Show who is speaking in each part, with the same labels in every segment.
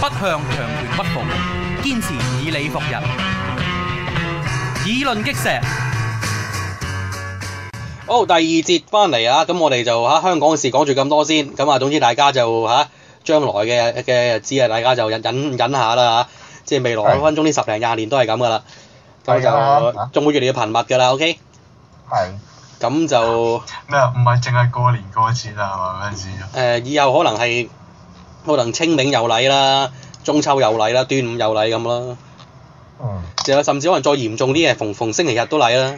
Speaker 1: 向強權屈服，堅持以理服人，以論擊石。
Speaker 2: 好，第二節翻嚟啊，咁我哋就嚇香港嘅事講住咁多先，咁啊總之大家就嚇將來嘅嘅日子啊，大家就忍忍忍下啦嚇，即係未來
Speaker 3: 係
Speaker 2: 分分鐘呢十零廿年都係咁噶啦，咁
Speaker 3: 係啊
Speaker 2: 就仲會越嚟越頻密噶啦，OK，
Speaker 3: 係
Speaker 2: 咁就誒、
Speaker 4: 咩啊？唔係淨係過年過節啊，係咪嗰陣時？
Speaker 2: 呃以後可能係可能清明有禮啦，中秋有禮啦，端午有禮咁啦，
Speaker 3: 嗯
Speaker 2: 就甚至可能再嚴重啲嘅，逢逢星期日都禮啦。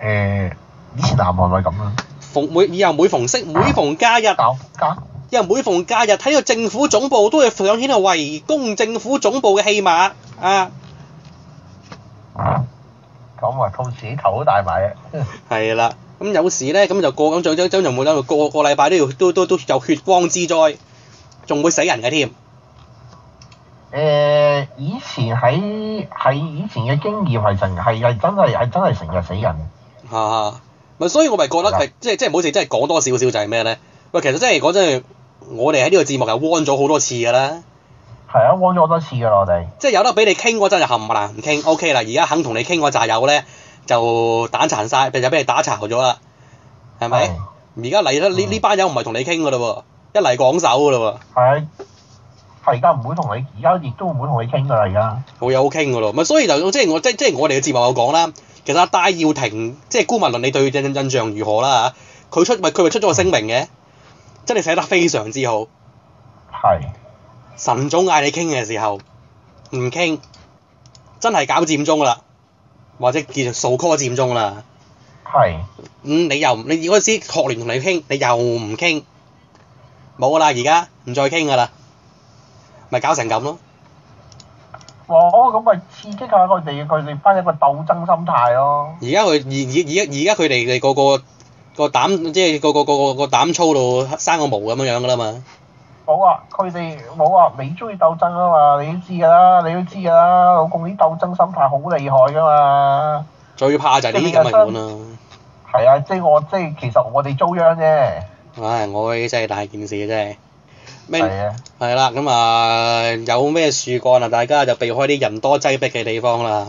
Speaker 3: 誒，以前南韓咪咁啦，
Speaker 2: 逢每以後每逢星每逢假日，
Speaker 3: 搞搞
Speaker 2: 因為每逢假日睇到政府總部都會上演係啊圍攻政府總部嘅戲碼啊，
Speaker 3: 咁咪兔子頭都大埋啊嘅，
Speaker 2: 係啦。咁有時咧，咁就過咁張張張就每兩個個禮拜都要都都都有血光之災，仲會死人嘅添。
Speaker 3: 誒，以前喺喺以前嘅經驗係成係係真係係真係成日死人嘅。
Speaker 2: 嚇、咪所以我咪覺得啊係即係即係唔好似真係講多少少就係咩咧？喂，其實真係講真係，我哋喺呢個節目係 warn 咗好多次㗎啦。
Speaker 3: 係啊，汪咗好多次㗎啦，我哋。
Speaker 2: 即係有得俾你傾嗰陣就冚唪唥唔傾，OK 啦。而家肯同你傾嗰扎友咧，就打殘晒，就俾你打巢咗啦，係咪？
Speaker 3: 係
Speaker 2: 而家嚟得呢
Speaker 3: 嗯
Speaker 2: 呢班友唔係同你傾噶咯喎，一嚟講手噶咯
Speaker 3: 係啊，係而家唔會同你，而家亦都唔會同你傾㗎啦，而家。
Speaker 2: 喎，冇嘢好傾噶咯。咪所以就即係我即即係我哋嘅節目有講啦。其實阿戴耀廷即係顧文論，你對佢印印象如何啦啊嚇？佢出咪佢咪出咗個聲明嘅，真係寫得非常之好。
Speaker 3: 係
Speaker 2: 晨早嗌你傾嘅時候唔傾，真係搞佔中啦，或者叫做掃 call 佔中啦。
Speaker 3: 係
Speaker 2: 嗯，你又唔你嗰陣時學聯同你傾，你又唔傾，冇噶啦，而家唔再傾噶啦，咪搞成咁咯。
Speaker 3: 哇！哦咁咪刺激下佢哋佢哋翻一個鬥爭心態咯。
Speaker 2: 而家佢而而而而家佢哋哋個個個膽即係個個個個個膽粗到生個毛咁樣樣噶啦嘛。
Speaker 3: 冇啊！佢哋冇啊！你中意鬥爭啊嘛，你都知㗎啦，你都知㗎啦。老共啲鬥爭心態好厲害㗎嘛。
Speaker 2: 最怕就係呢啲咁嘅款啦。
Speaker 3: 係啊，即係我即係其實我哋遭殃啫。
Speaker 2: 唉，我呢真係大件事嘅真係。咩
Speaker 3: 係啊，
Speaker 2: 係啦？咁啊，有咩樹幹啊？大家就避開啲人多擠迫嘅地方啦。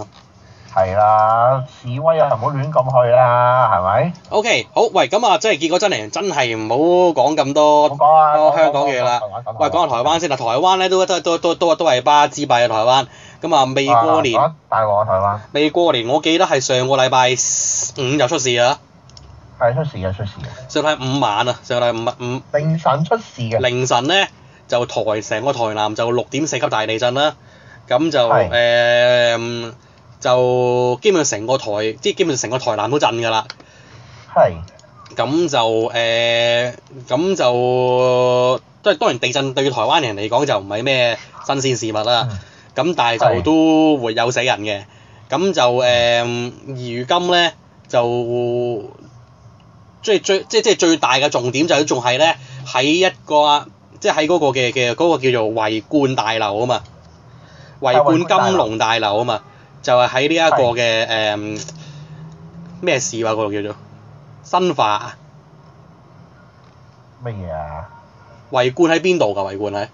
Speaker 3: 係啦，示威啊，唔好亂咁去啦，係咪？
Speaker 2: OK，好，喂，咁啊，即係結果真係真係唔好講咁
Speaker 3: 我
Speaker 2: 多。
Speaker 3: 講啊，
Speaker 2: 哦香港嘢啦喂，講下台灣先啦，台灣咧都都都都都都係巴之閉嘅台灣，咁啊未過年，
Speaker 3: 啊大鑊啊！台灣
Speaker 2: 未過年，我記得係上個禮拜五就出事啦，
Speaker 3: 係出事嘅，出事嘅。
Speaker 2: 上禮拜五晚啊，上禮拜五五
Speaker 3: 凌晨出事嘅，
Speaker 2: 凌晨咧就台成個台南就六點四級大地震啦，咁就誒
Speaker 3: 係、
Speaker 2: 嗯就基本上成個台，即係基本上成個台南都震㗎啦。
Speaker 3: 係
Speaker 2: 咁就誒，呃咁、就即係當然地震對台灣人嚟講就唔係咩新鮮事物
Speaker 3: 嗯
Speaker 2: 啦。咁、但係就
Speaker 3: 係
Speaker 2: 都會有死人嘅。咁就誒、呃如今咧就最最即即係最大嘅重點就係仲係咧喺一個即係喺嗰個嘅嘅嗰個叫做維冠大樓啊嘛，維冠金龍大樓啊嘛，就係喺呢一個嘅誒咩市話嗰度叫做。新化
Speaker 3: 乜嘢啊？
Speaker 2: 維冠喺邊度㗎？維冠喺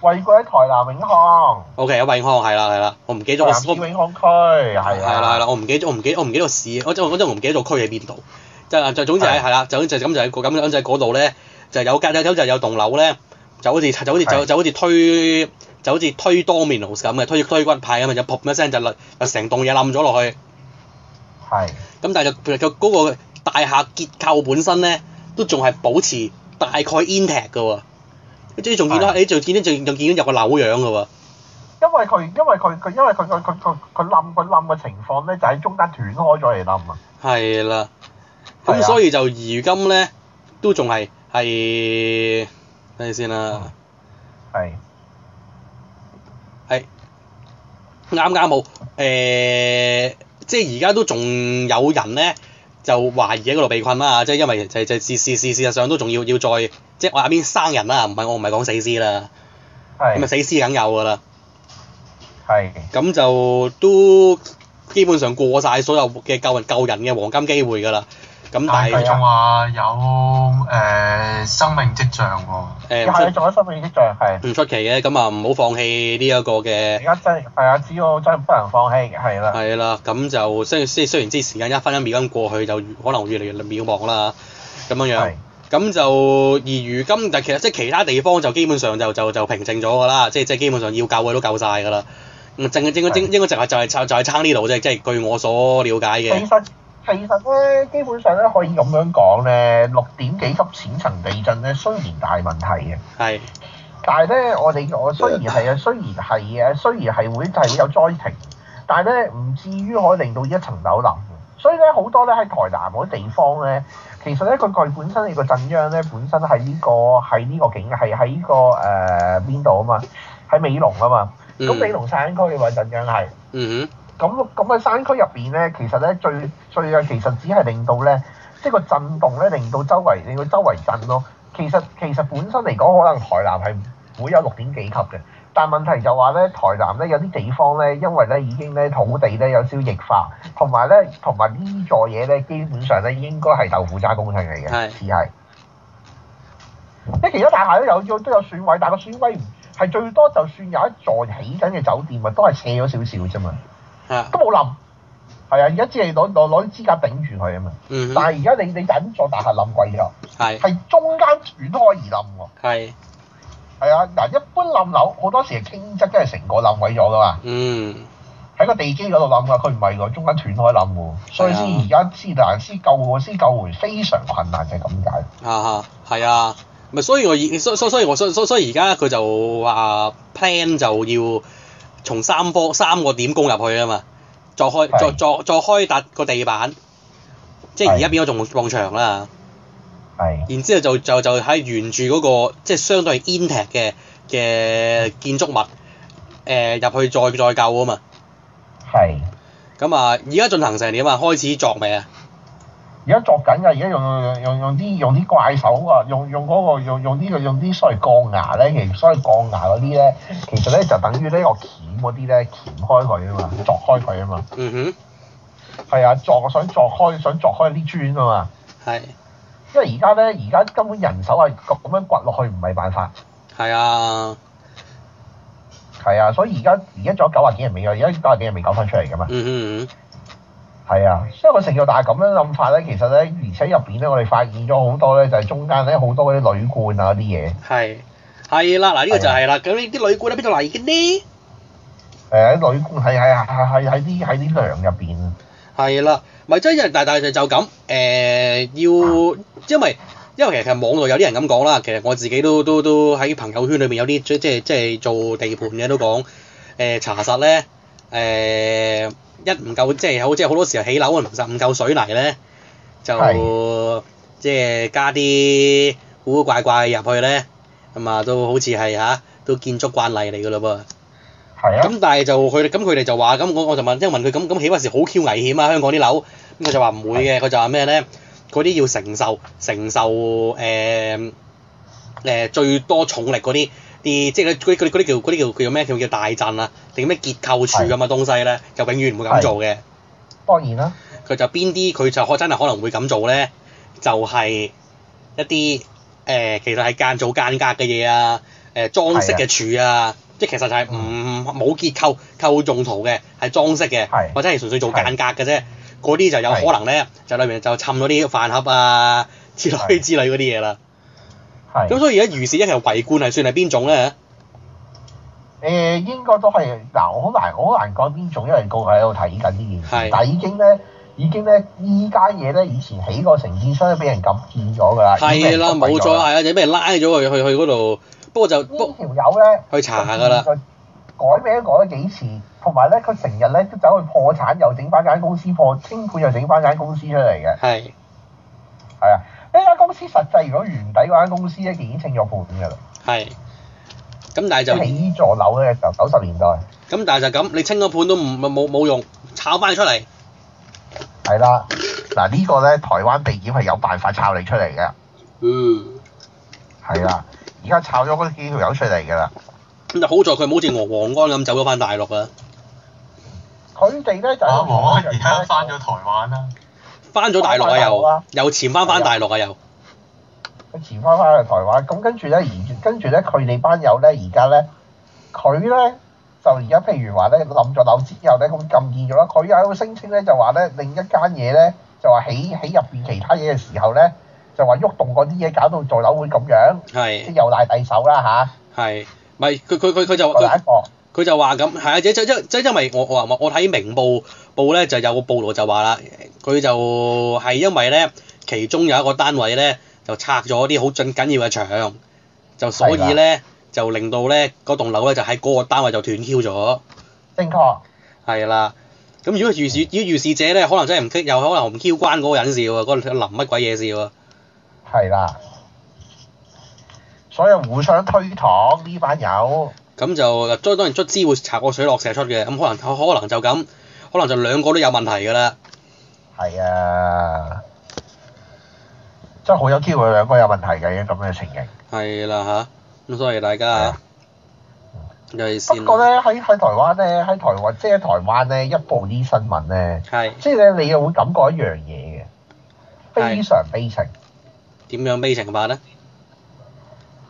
Speaker 3: 貴貴喺台南永康，
Speaker 2: ，OK 喺永康係啦係啦，我唔記咗
Speaker 3: 台
Speaker 2: 我
Speaker 3: 南市
Speaker 2: 我
Speaker 3: 永康區係
Speaker 2: 係啦係
Speaker 3: 啊，
Speaker 2: 啦，我唔記我唔記我唔記咗個市，我真我真唔記咗個區喺邊度。就就總之係
Speaker 3: 係
Speaker 2: 係啦，就就咁就係個咁樣就係嗰度咧，就有間有就有棟樓咧，就好似就好似就
Speaker 3: 係
Speaker 2: 就好似推就好似推 Domino's 咁嘅，推推骨牌咁啊，就噗一聲就冧就成棟嘢冧咗落去。
Speaker 3: 係
Speaker 2: 咁但係就就嗰個大廈結構本身咧，都仲係保持大概 intact 㗎喎。即係仲見到
Speaker 3: 係
Speaker 2: 你仲見到仲仲見到有個樓樣㗎喎。
Speaker 3: 因為佢因為佢佢因為佢佢佢佢佢冧佢冧嘅情況咧，就喺中間斷開咗嚟冧啊，
Speaker 2: 係啦，
Speaker 3: 係
Speaker 2: 咁
Speaker 3: 啊
Speaker 2: 所以就如今咧都仲係係睇下先啦，
Speaker 3: 嗯係
Speaker 2: 係啱啱冇誒，即係而家都仲有人咧就懷疑喺嗰度被困啦，即係因為就就事事事事實上都仲要要再即係我下邊生人啦，唔係我唔係講死屍啦，咁啊
Speaker 3: 係
Speaker 2: 死屍梗有㗎啦，
Speaker 3: 係
Speaker 2: 咁就都基本上過晒所有嘅救人救人嘅黃金機會㗎啦，咁但
Speaker 4: 但係佢
Speaker 2: 係
Speaker 3: 啊
Speaker 4: 仲話有誒、呃生命跡象
Speaker 2: 誒
Speaker 4: 喎、
Speaker 2: 唔
Speaker 3: 係
Speaker 2: 出
Speaker 3: 仲有生命跡象係。
Speaker 2: 唔出奇嘅，咁啊唔好放棄呢一個嘅
Speaker 3: 而家真係係啊，只要真係不能放棄，係啦，
Speaker 2: 係啦，咁就雖雖雖然之時間一分一秒咁過去，就越可能越嚟越渺茫啦，咁樣樣
Speaker 3: 係。
Speaker 2: 咁就而如今，但其實即係其他地方就基本上就就就平靜咗㗎啦，即係即係基本上要救嘅都救晒㗎啦。咁啊正正正
Speaker 3: 係
Speaker 2: 應該就係就係就係撐呢度啫，即係據我所了解
Speaker 3: 其
Speaker 2: 嘅。
Speaker 3: 實其實咧，基本上咧可以咁樣講咧，六點幾級淺層地震咧，雖然大問題嘅，
Speaker 2: 係
Speaker 3: 但係咧，我哋我雖然係啊，雖然係啊，雖然係會係會有災情，但係咧唔至於可以令到一層樓冧。所以咧，好多咧喺台南嗰啲地方咧，其實咧佢佢本身你個震央咧，本身係呢、個係呢個景係喺呢個誒邊度啊嘛，喺美龍啊嘛。咁美
Speaker 2: 嗯
Speaker 3: 龍山區嘅話震央係。
Speaker 2: 嗯
Speaker 3: 咁咁喺山區入邊咧，其實咧最最啊，其實只係令到咧，即係個震動咧，令到周圍令到周圍震咯。其實其實本身嚟講，可能台南係唔會有六點幾級嘅，但問題就話咧，台南咧有啲地方咧，因為咧已經咧土地咧有少少液化，同埋咧同埋呢座嘢咧，基本上咧應該係豆腐渣工程嚟嘅，
Speaker 2: 係
Speaker 3: 似係。即係其他大廈都有都有損毀，但係個損毀唔係最多，就算有一座起緊嘅酒店啊，都係斜咗少少啫嘛。
Speaker 2: 哼啊
Speaker 3: 都冇冧。係啊，而家只係攞攞攞啲支架頂住佢啊嘛。
Speaker 2: 嗯
Speaker 3: 但
Speaker 2: 哼
Speaker 3: 係而家你你緊座大廈冧鬼咗，
Speaker 2: 係
Speaker 3: 係啊中間斷開而冧喎。
Speaker 2: 係
Speaker 3: 係啊，嗱，一般冧樓好多時係傾側，跟住成個冧鬼咗噶嘛。
Speaker 2: 嗯
Speaker 3: 喺個地基嗰度冧噶，佢唔係㗎，中間斷開冧喎。所以先而家先難先救喎，先救回非常困難就係咁解。
Speaker 2: 啊哈係啊，咪所以我以所所所以我所所所以而家佢就話 plan 就要從三波三個點攻入去啊嘛，再開
Speaker 3: 係
Speaker 2: 再再再開達個地板，即係而家
Speaker 3: 係
Speaker 2: 變咗仲仲長啦。
Speaker 3: 係
Speaker 2: 然之後就就就喺沿住嗰、個即係相對 intact 嘅嘅建築物誒、入去再再救啊嘛。
Speaker 3: 係。
Speaker 2: 咁啊，而家進行成點啊？開始作未啊？
Speaker 3: 而家作緊㗎，而家用用用用啲用啲怪手啊，用用嗰、個用用啲用啲所謂鋼牙咧，其實所謂鋼牙嗰啲咧，其實咧就等於呢個鉗嗰啲咧，鉗開佢啊嘛，鑿開佢啊嘛，
Speaker 2: 嗯
Speaker 3: 係啊，鑿想鑿開想鑿開啲磚啊嘛，
Speaker 2: 哼，係
Speaker 3: 因為而家咧而家根本人手係咁咁樣掘落去唔係辦法，
Speaker 2: 係啊，
Speaker 3: 係啊，所以而家而家仲有九啊幾人未有，而家九啊幾人未搞翻出嚟㗎嘛，
Speaker 2: 嗯哼嗯
Speaker 3: 係啊，因為個成個大咁樣諗法咧，其實咧而且入邊咧我哋發現咗好多咧，就係、中間咧好多嗰啲鋁罐啊嗰啲嘢。
Speaker 2: 哼，係係啦，嗱呢個就係啦。咁呢啲女管喺邊度嚟嘅呢？
Speaker 3: 誒喺女工喺喺喺喺喺啲喺啲糧入邊啊，
Speaker 2: 係啦，咪真係但但就就咁誒、要因為因為其實網絡有啲人咁講啦，其實我自己都都都喺朋友圈裏面有啲即即即係做地盤嘅都講誒、查實咧誒、一唔夠即係好即係好多時候起樓啊，唔實唔夠水泥咧，就
Speaker 3: 係
Speaker 2: 即係加啲古古怪怪入去咧，咁啊都好似係嚇都建築慣例嚟㗎嘞噃。
Speaker 3: 係啊，
Speaker 2: 咁但係就佢哋咁佢哋就話咁我我就問即係問佢咁咁起嗰時好 Q 危險啊香港啲樓咁佢就話唔會嘅佢就話咩咧嗰啲要承受承受誒誒、最多重力嗰啲啲即係嗰啲嗰啲嗰啲叫嗰啲叫叫咩叫叫大震啊定咩結構柱咁嘅東西咧就永遠唔會咁做嘅
Speaker 3: 當然啦，
Speaker 2: 佢就邊啲佢就可真係可能會咁做咧就係、一啲誒、其實係間做間隔嘅嘢啊，誒、裝飾嘅柱啊，即係其實就係唔冇結構構用途嘅，係裝飾嘅，
Speaker 3: 係
Speaker 2: 或者係純粹做間隔嘅啫。嗰啲就有可能咧，就裏面就浸咗啲飯盒啊之類
Speaker 3: 係
Speaker 2: 之類嗰啲嘢啦。
Speaker 3: 係
Speaker 2: 咁
Speaker 3: 誒、
Speaker 2: 所以而家如是一其實圍觀係算係邊種咧？
Speaker 3: 應該都係嗱，我好難我好難講邊種，因為個個喺度睇緊呢件
Speaker 2: 係
Speaker 3: 事，但係已經咧已經咧依家嘢咧，以前起個城市商都俾人撳見咗㗎啦，已經俾
Speaker 2: 係
Speaker 3: 人
Speaker 2: 啦，
Speaker 3: 捉鬼
Speaker 2: 冇錯
Speaker 3: 咗
Speaker 2: 係啊，就俾人拉咗去去去嗰度。不過就
Speaker 3: 呢
Speaker 2: 不
Speaker 3: 條友咧
Speaker 2: 去查啊下㗎啦，
Speaker 3: 改名都改咗幾次，同埋咧佢成日咧都走去破產，又整翻間公司破清盤，又整翻間公司出嚟嘅。
Speaker 2: 係
Speaker 3: 係啊，呢間公司實際如果原底嗰間公司咧，已經清咗盤㗎啦。
Speaker 2: 係。咁但係就
Speaker 3: 即係呢座樓咧，就九十年代
Speaker 2: 咁但係就咁，你清咗盤都唔冇冇用，炒翻出嚟
Speaker 3: 係啦。嗱、呢個咧，台灣地檢係有辦法抄你出嚟嘅，
Speaker 2: 嗯，
Speaker 3: 係啦。而家抄咗嗰幾條友出嚟㗎啦。
Speaker 2: 咁就好在佢冇好似鵝黃安咁走咗翻大陸啊，
Speaker 3: 佢哋咧就係
Speaker 4: 啊，黃安而家翻咗台灣啦，
Speaker 2: 翻咗大陸啊
Speaker 3: 返大陸啊
Speaker 2: 又，又潛翻翻大陸啊又，
Speaker 3: 佢前翻翻去台灣，咁跟住咧，而跟住咧，佢哋班友咧，而家咧，佢咧就而家譬如話咧冧咗樓之後咧，咁禁建咗啦，佢有聲稱咧就話咧另一間嘢咧就話起起入邊其他嘢嘅時候咧，就話喐動嗰啲嘢搞到座樓會咁樣，即係
Speaker 2: 係
Speaker 3: 又賴第手啦吓，
Speaker 2: 係，咪佢佢佢佢就
Speaker 3: 佢第
Speaker 2: 佢
Speaker 3: 一個
Speaker 2: 佢就話咁係啊，即即即即因為我我話我睇明報報咧就有個報導就話啦，佢就係因為咧其中有一個單位咧就拆咗啲好緊緊要嘅牆，就所以咧就令到咧嗰棟樓咧就喺嗰個單位就斷 Q 咗，
Speaker 3: 正確，
Speaker 2: 係啦。咁如果預示如果預示者咧，可能真係唔 Q，又可能唔 Q 關嗰個人事喎，嗰個林乜鬼嘢事啊喎。
Speaker 3: 係啦，所以互相推搪呢班友，
Speaker 2: 咁就嗱，當當然卒之會查個水落石出嘅，咁可能可能就咁，可能就兩個都有問題㗎啦。
Speaker 3: 係啊，真係好有機會兩個有問題嘅咁嘅情形。
Speaker 2: 係啦吓，咁所以大家嚇，尤其是
Speaker 3: 不過咧喺喺台灣咧，喺台灣即係喺台灣咧，一報啲新聞咧，
Speaker 2: 係
Speaker 3: 即係咧你又會感覺一樣嘢嘅，
Speaker 2: 係
Speaker 3: 非常悲情。
Speaker 2: 點樣悲情法咧？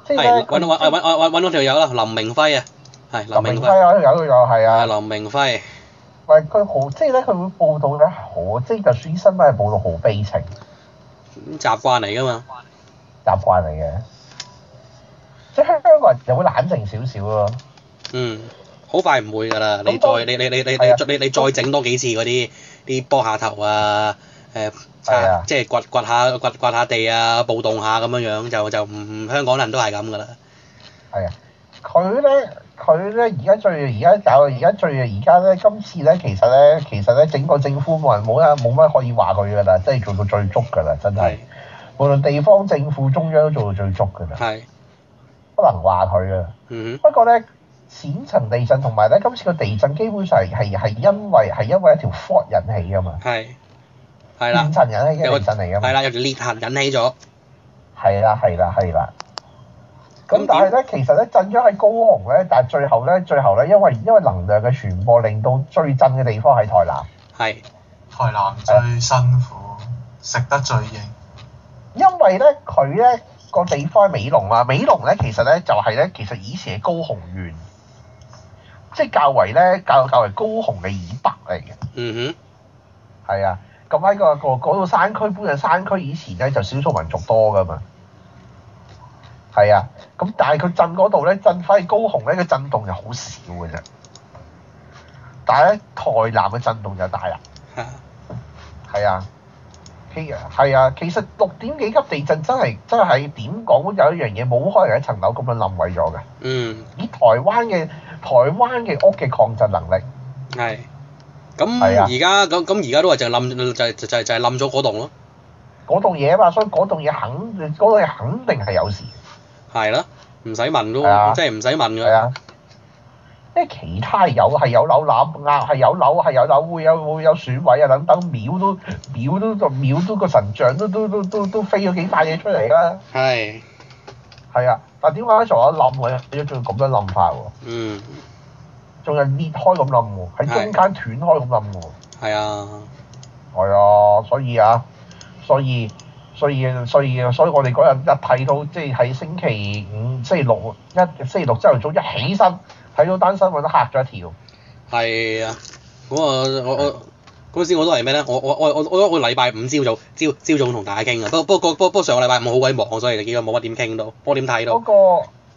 Speaker 3: 即係
Speaker 2: 係
Speaker 3: 咧，
Speaker 2: 揾到揾啊揾揾揾到條友啦，林明輝啊，係
Speaker 3: 林
Speaker 2: 林
Speaker 3: 明
Speaker 2: 明
Speaker 3: 輝
Speaker 2: 輝，
Speaker 3: 啊，有有係
Speaker 2: 係
Speaker 3: 啊，
Speaker 2: 林明輝，
Speaker 3: 喂佢好，即係咧佢會報道咧好，即係就算新聞係報道好悲情，
Speaker 2: 習慣嚟㗎嘛，
Speaker 3: 習慣嚟嘅。即係香港人就會冷靜少少咯，
Speaker 2: 嗯，好快唔會㗎啦，你
Speaker 3: 咁當
Speaker 2: 再你你你你
Speaker 3: 係啊
Speaker 2: 你你你再整多幾次嗰啲啲波下頭啊，誒
Speaker 3: 係啊
Speaker 2: 即係掘掘下掘掘下地啊，暴動下咁樣樣就就唔香港人都係咁㗎啦。
Speaker 3: 係啊。佢咧佢咧而家最而家搞而家最而家咧今次咧其實咧其實咧整個政府冇人冇得冇乜可以話佢㗎啦，即係做到最足㗎啦，真係
Speaker 2: 係。
Speaker 3: 無論地方政府、中央都做到最足㗎啦，
Speaker 2: 係，
Speaker 3: 不能話佢啊。
Speaker 2: 嗯
Speaker 3: 不過咧，淺層地震同埋咧今次個地震基本上係係係因為係因為一條 fault 引起㗎嘛
Speaker 2: 哼，，係係啦
Speaker 3: 淺。層引起
Speaker 2: 有
Speaker 3: 嘅
Speaker 2: 個
Speaker 3: 地震嚟㗎
Speaker 2: 係
Speaker 3: 嘛，
Speaker 2: 啦，有條裂痕引起咗，
Speaker 3: 係啦係啦係啦。
Speaker 2: 咁
Speaker 3: 咁但係咧，其實咧震咗喺高雄咧，但係最後咧，最後咧，因為因為能量嘅傳播，令到最震嘅地方喺台南，
Speaker 2: 係
Speaker 4: 台南最辛苦，食得最型，
Speaker 3: 因為咧佢咧個地方喺美濃啊，美濃咧其實咧就係、咧，其實以前係高雄縣，即係較為咧較較為高雄嘅以北嚟嘅。
Speaker 2: 嗯
Speaker 3: 係啊，咁喺個個嗰度山區，本身山區以前咧就少數民族多噶嘛。係啊，咁但係佢鎮嗰度咧，鎮翻高雄咧，個震動就好少嘅啫。但係咧，台南嘅震動就大啦。
Speaker 2: 哼，嚇
Speaker 3: 係啊，其係啊，其實六點幾級地震真係真係點講有一樣嘢冇可能一層樓咁樣冧毀咗嘅。
Speaker 2: 嗯
Speaker 3: 以台灣嘅台灣嘅屋嘅抗震能力，
Speaker 2: 係。咁
Speaker 3: 係啊
Speaker 2: 而家咁咁而家都話就冧就就就就係冧咗嗰棟咯，
Speaker 3: 嗰棟嘢啊嘛，所以嗰棟嘢肯嗰棟嘢肯定係有事。
Speaker 2: 係啦，唔使問
Speaker 3: 係啊
Speaker 2: 咯，即係唔使問
Speaker 3: 係
Speaker 2: 㗎，
Speaker 3: 啊，即係其他有係有樓攬壓，係有樓係有樓會有會有損毀啊等等，秒都秒都就秒都個神像都都都都都飛咗幾塊嘢出嚟啦。
Speaker 2: 係，
Speaker 3: 係啊，但點解仲有冧嘅？仲要咁樣冧法喎，
Speaker 2: 嗯，
Speaker 3: 仲係裂開咁冧喎，喺中間斷開咁冧喎。
Speaker 2: 係啊，
Speaker 3: 係啊，所以啊，所以所以所以所以我哋嗰日一睇到，即係喺星期五、星期六一星期六朝頭早一起身睇到單新聞都嚇咗一跳。
Speaker 2: 係啊，咁啊我我嗰陣時我都係咩咧？我我我我我我禮拜五朝早朝朝早同大家傾啊，不過不過不過不過上個禮拜五好鬼忙，所以結果冇乜點傾到，冇點睇
Speaker 3: 嗰、
Speaker 2: 到，
Speaker 3: 個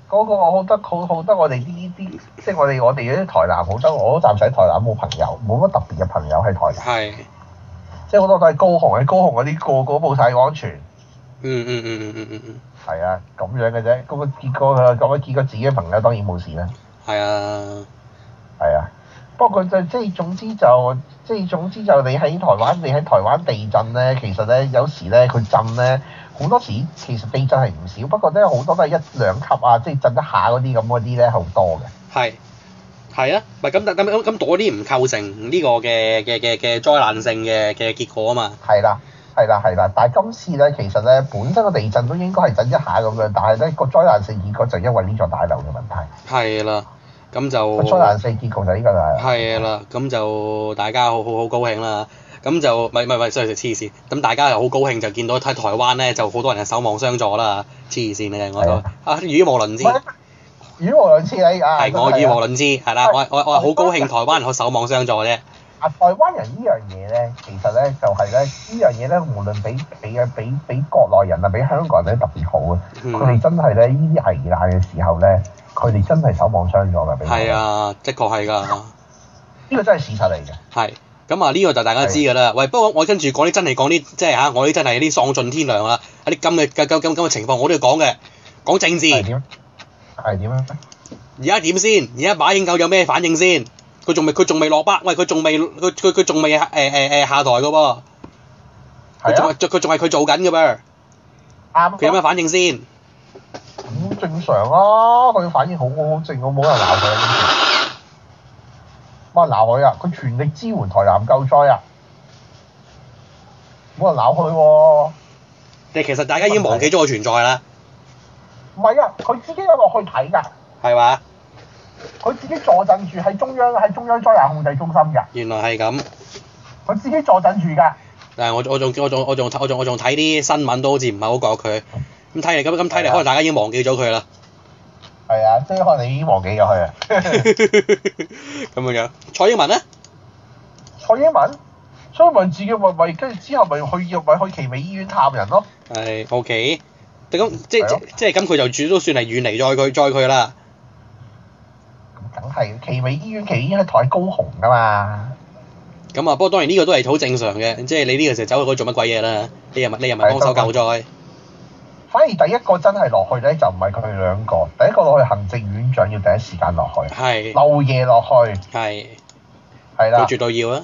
Speaker 3: 嗰、個我覺得好好得我哋呢啲，即係我哋我哋嗰啲台南好得，我都暫時喺台南冇朋友，冇乜特別嘅朋友喺台南，
Speaker 2: 係，
Speaker 3: 即係好多都係高雄嘅，高雄嗰啲個個都冇晒安全，
Speaker 2: 嗯嗯嗯嗯嗯嗯嗯，
Speaker 3: 係啊咁樣嘅啫。咁個結果啊，咁啊結果自己嘅朋友當然冇事啦，
Speaker 2: 係啊，
Speaker 3: 係啊。不過就即係總之就即係總之就你喺台灣，你喺台灣地震咧，其實咧有時咧佢震咧好多時其實地震係唔少，不過咧好多都係一兩級啊，即係震一下嗰啲咁嗰啲咧好多嘅。
Speaker 2: 係係啊，唔係咁但咁咁咁嗰啲唔構成呢個嘅嘅嘅嘅災難性嘅嘅結果啊嘛，
Speaker 3: 係啦，係啦，係啦。但係今次咧，其實咧本身個地震都應該係震一下咁樣，但係咧個災難性結果就因為呢座大樓嘅問題，
Speaker 2: 係啦，咁
Speaker 3: 個
Speaker 2: 就
Speaker 3: 啊災難性結果就係呢個大樓。
Speaker 2: 係啦，咁就大家好好好高興啦。咁就咪咪咪，sorry 黐線。咁大家又好高興就見到喺台灣咧就好多人係守望相助啦，黐線嘅我都
Speaker 3: 係啊
Speaker 2: 啊語無倫次，
Speaker 3: 喂語無倫次你啊，
Speaker 2: 係我
Speaker 3: 真係啊
Speaker 2: 語無倫次係啦，我我我係好高興台灣人可以守望相助啫，
Speaker 3: 啊，台灣人呢樣嘢咧，其實咧就係咧呢樣嘢咧，無論俾俾啊俾俾國內人啊，俾香港人咧特別好啊！佢
Speaker 2: 嗯
Speaker 3: 哋真係咧呢啲危難嘅時候咧，佢哋真係守望相助㗎，俾我
Speaker 2: 係，啊，的確係㗎。
Speaker 3: 呢個真係事實嚟嘅。
Speaker 2: 係。咁啊，呢個就大家知㗎啦。喂，不過我跟住講啲真係講啲，即係嚇，我啲真係啲喪盡天良啊！啲咁嘅咁咁咁嘅情況，我都要講嘅。講政治，
Speaker 3: 係點？係點樣？
Speaker 2: 而家點先？而家馬英九有咩反應先？佢仲未，佢仲未落北，喂，佢仲未，佢佢佢仲未誒誒誒下台㗎喎。佢仲
Speaker 3: 係
Speaker 2: 係佢仲係佢做緊㗎噃。
Speaker 3: 啊，啱。
Speaker 2: 佢有咩反應先？
Speaker 3: 咁正常啊，佢反應好好正，我冇人鬧佢啊。冇人鬧佢啊！佢全力支援台南救災啊！冇人鬧佢喎。
Speaker 2: 你其實大家已經忘記咗佢存在啦，
Speaker 3: 唔係啊，佢自己有落去睇㗎。
Speaker 2: 係嘛？
Speaker 3: 佢自己坐鎮住喺中央喺中央災難控制中心㗎，
Speaker 2: 原來係咁。
Speaker 3: 佢自己坐鎮住㗎。
Speaker 2: 但係我我仲我仲我仲我仲我仲睇啲新聞都好似唔係好覺佢。咁睇嚟咁咁睇嚟，可能大家已經忘記咗佢啦。
Speaker 3: 係啊，即係可能你已經忘記咗佢啊。
Speaker 2: 咁樣樣，蔡英文咧，
Speaker 3: 蔡英文，蔡英文自己咪咪跟住之後咪去咪去奇美醫院探人咯。
Speaker 2: 係 OK。咁即
Speaker 3: 係咯
Speaker 2: 即即係咁，佢就主都算係遠離咗佢，咗佢啦。
Speaker 3: 咁梗係奇美醫院，奇美醫院喺台高雄㗎嘛。
Speaker 2: 咁啊，不過當然呢個都係好正常嘅，即係你呢個時候走去嗰度做乜鬼嘢啦？你又咪你又咪幫手救災，
Speaker 3: 反而第一個真係落去咧，就唔係佢哋兩個，第一個落去行政院長要第一時間落去，
Speaker 2: 係
Speaker 3: 漏夜落去，
Speaker 2: 係，
Speaker 3: 係啦
Speaker 2: 佢，絕對要啊，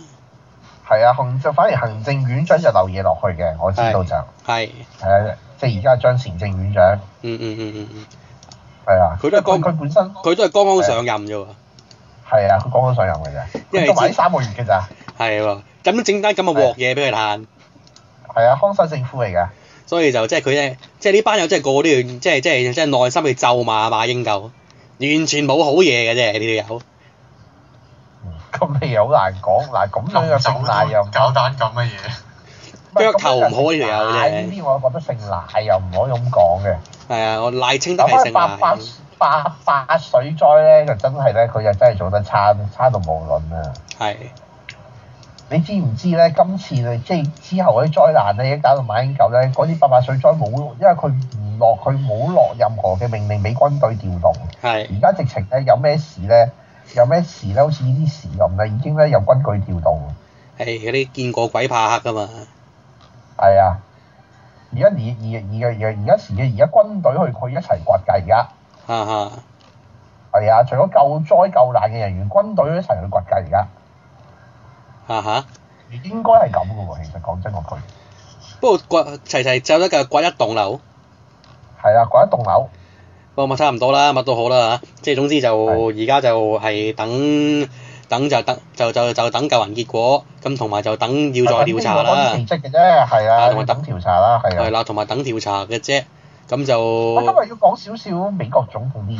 Speaker 3: 係啊，行就反而行政院長就漏夜落去嘅，我知道就
Speaker 2: 係，
Speaker 3: 係啊，即係而家張善政院長
Speaker 2: 嗯嗯嗯嗯嗯，
Speaker 3: 係啊，
Speaker 2: 佢都係
Speaker 3: 佢
Speaker 2: 江
Speaker 3: 佢本身。
Speaker 2: 佢都係剛剛上任啫喎，
Speaker 3: 係啊，佢講緊上任嘅啫，
Speaker 2: 因為
Speaker 3: 佢做埋呢三個月嘅咋。
Speaker 2: 係喎，咁整單咁嘅鑊嘢俾佢嘆，
Speaker 3: 係啊，康秀政府嚟嘅，
Speaker 2: 所以就即係佢咧，即係呢班友真係個個都要，即係即係即係內心去咒罵馬英九，完全冇好嘢嘅啫，呢啲友。
Speaker 3: 嗯咁你又好難講。嗱，咁樣
Speaker 4: 臨
Speaker 3: 嘅
Speaker 4: 走
Speaker 3: 姓賴又唔
Speaker 4: 都搞單咁嘅嘢，
Speaker 2: 腳頭唔好呢條友啫
Speaker 3: 呢啲我覺得姓賴又唔可以咁講嘅。
Speaker 2: 係啊，我賴清德
Speaker 3: 嗱，
Speaker 2: 係
Speaker 3: 翻
Speaker 2: 姓
Speaker 3: 八八
Speaker 2: 賴，
Speaker 3: 八八水災咧，就真係咧，佢又真係做得差，差到無論啊！
Speaker 2: 係
Speaker 3: 你知唔知咧？今次咧，即係之後嗰啲災難咧，已經搞到馬英九咧，嗰啲八八水災冇，因為佢唔落，佢冇落任何嘅命令俾軍隊調動。
Speaker 2: 係
Speaker 3: 而家直情咧有咩事咧，有咩事咧，好似呢啲事咁咧，已經咧有軍隊調動，
Speaker 2: 係嗰啲見過鬼怕黑㗎嘛，
Speaker 3: 係啊。而家而而而而而家時嘅而家軍隊去佢一齊掘㗎，而家
Speaker 2: 哈哈，
Speaker 3: 係啊，除咗救災救難嘅人員，軍隊都一齊去掘㗎，而家
Speaker 2: 哈哈。
Speaker 3: 應該係咁嘅喎。其實講真嗰句，
Speaker 2: 不過掘齊齊走得嘅掘一棟樓，
Speaker 3: 係啊，掘一棟樓，
Speaker 2: 不過咪差唔多啦，乜都好啦嚇。即係總之就而家就係等等就等就就就等救人結果，咁同埋就等要再調查
Speaker 3: 啊係等
Speaker 2: 啦
Speaker 3: 呢，個安全職嘅啫，係
Speaker 2: 啊
Speaker 3: 啊，
Speaker 2: 同埋
Speaker 3: 要等調查啦，係
Speaker 2: 係
Speaker 3: 啊。
Speaker 2: 啦，同埋等調查嘅啫。咁
Speaker 3: 我今
Speaker 2: 就
Speaker 3: 日要講少少美國總統啲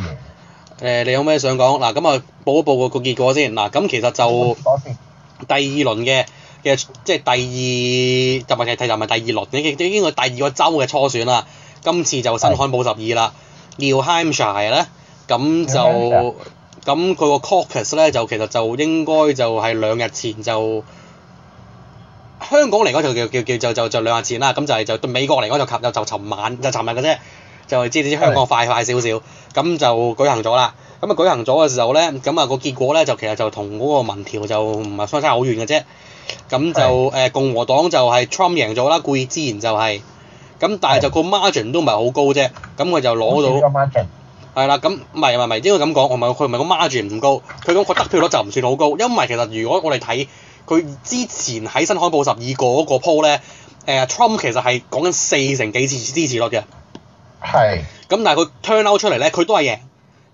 Speaker 3: 嘢，
Speaker 2: 誒，你有咩想講嗱？咁啊，報一報個個結果先嗱。咁其實就。
Speaker 3: 講先，
Speaker 2: 第二輪嘅嘅即係第二，就唔係其實就唔係第二輪，已經已經係第二個州嘅初選啦。今次就新罕布什爾啦，New Hampshire 咧，咁
Speaker 3: New
Speaker 2: 就咁佢個 caucus 咧就其實就應該就係兩日前就香港嚟講就叫叫叫就就就兩日前啦，咁就係就對美國嚟講就琴就就尋晚就尋日嘅啫，就係知你知香港快快少少，咁就舉行咗啦。咁啊舉行咗嘅時候咧，咁啊個結果咧就其實就同嗰個民調就唔係相差好遠嘅啫。咁就誒、呃共和黨就係 Trump 贏咗啦，故意之然就係、咁但係就個 margin 都唔係好高啫，咁佢就攞
Speaker 3: 好
Speaker 2: 到
Speaker 3: 少。咁啱正
Speaker 2: 係啦，咁唔係唔係唔係應該咁講，我唔係佢唔係個 margin 唔高，佢咁個得票率就唔算好高，因為其實如果我哋睇佢之前喺新罕布什爾嗰個 poll 咧，誒、Trump 其實係講緊四成幾次支持率嘅，咁
Speaker 3: 係
Speaker 2: 但係佢 turn out 出嚟咧，佢都係贏，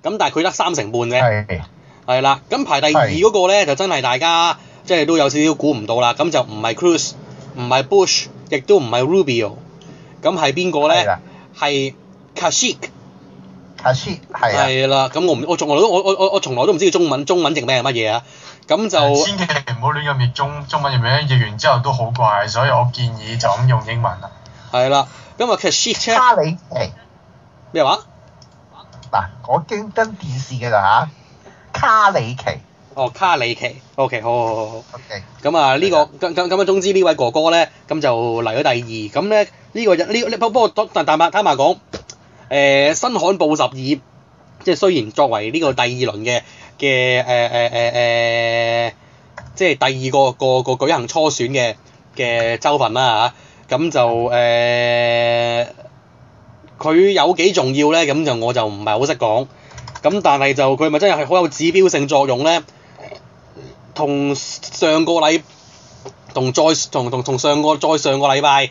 Speaker 2: 咁但係佢得三成半啫，
Speaker 3: 係
Speaker 2: 係啦，咁排第二
Speaker 3: 係
Speaker 2: 嗰個咧就真係大家即係都有少少估唔到啦，咁就唔係 Cruz，唔係 Bush，亦都唔係 Rubio，咁係邊個
Speaker 3: 係
Speaker 2: 咧？
Speaker 3: 啦，
Speaker 2: 係 Kashik。
Speaker 3: 阿 s h 係啊。
Speaker 2: 係啦，咁我唔我從來都我我我我從來都唔知佢中文中文譯名係乜嘢啊！咁就
Speaker 4: 千祈唔好亂咁譯中中文入面，譯完之後都好怪，所以我建議就咁用英文啦。
Speaker 2: 係啦。咁啊，其實 shit 咧
Speaker 3: 卡里奇
Speaker 2: 咩話？
Speaker 3: 嗱，我經跟電視嘅啦嚇，卡里奇
Speaker 2: 哦，卡里奇。OK，好好好好。
Speaker 3: ，OK，
Speaker 2: 咁啊，呢、個咁咁咁啊，總之呢位哥哥咧，咁就嚟咗第二。咁咧呢個人呢呢不不過但坦白坦白講，誒、呃新罕布什爾，即係雖然作為呢個第二輪嘅嘅誒呃誒誒誒，呃即係第二個個個舉行初選嘅嘅州份啦嚇，咁就誒。佢有幾重要咧？咁就我就唔係好識講。咁但係就佢咪真係好有指標性作用咧？同上個禮同再同同同上個再上個禮拜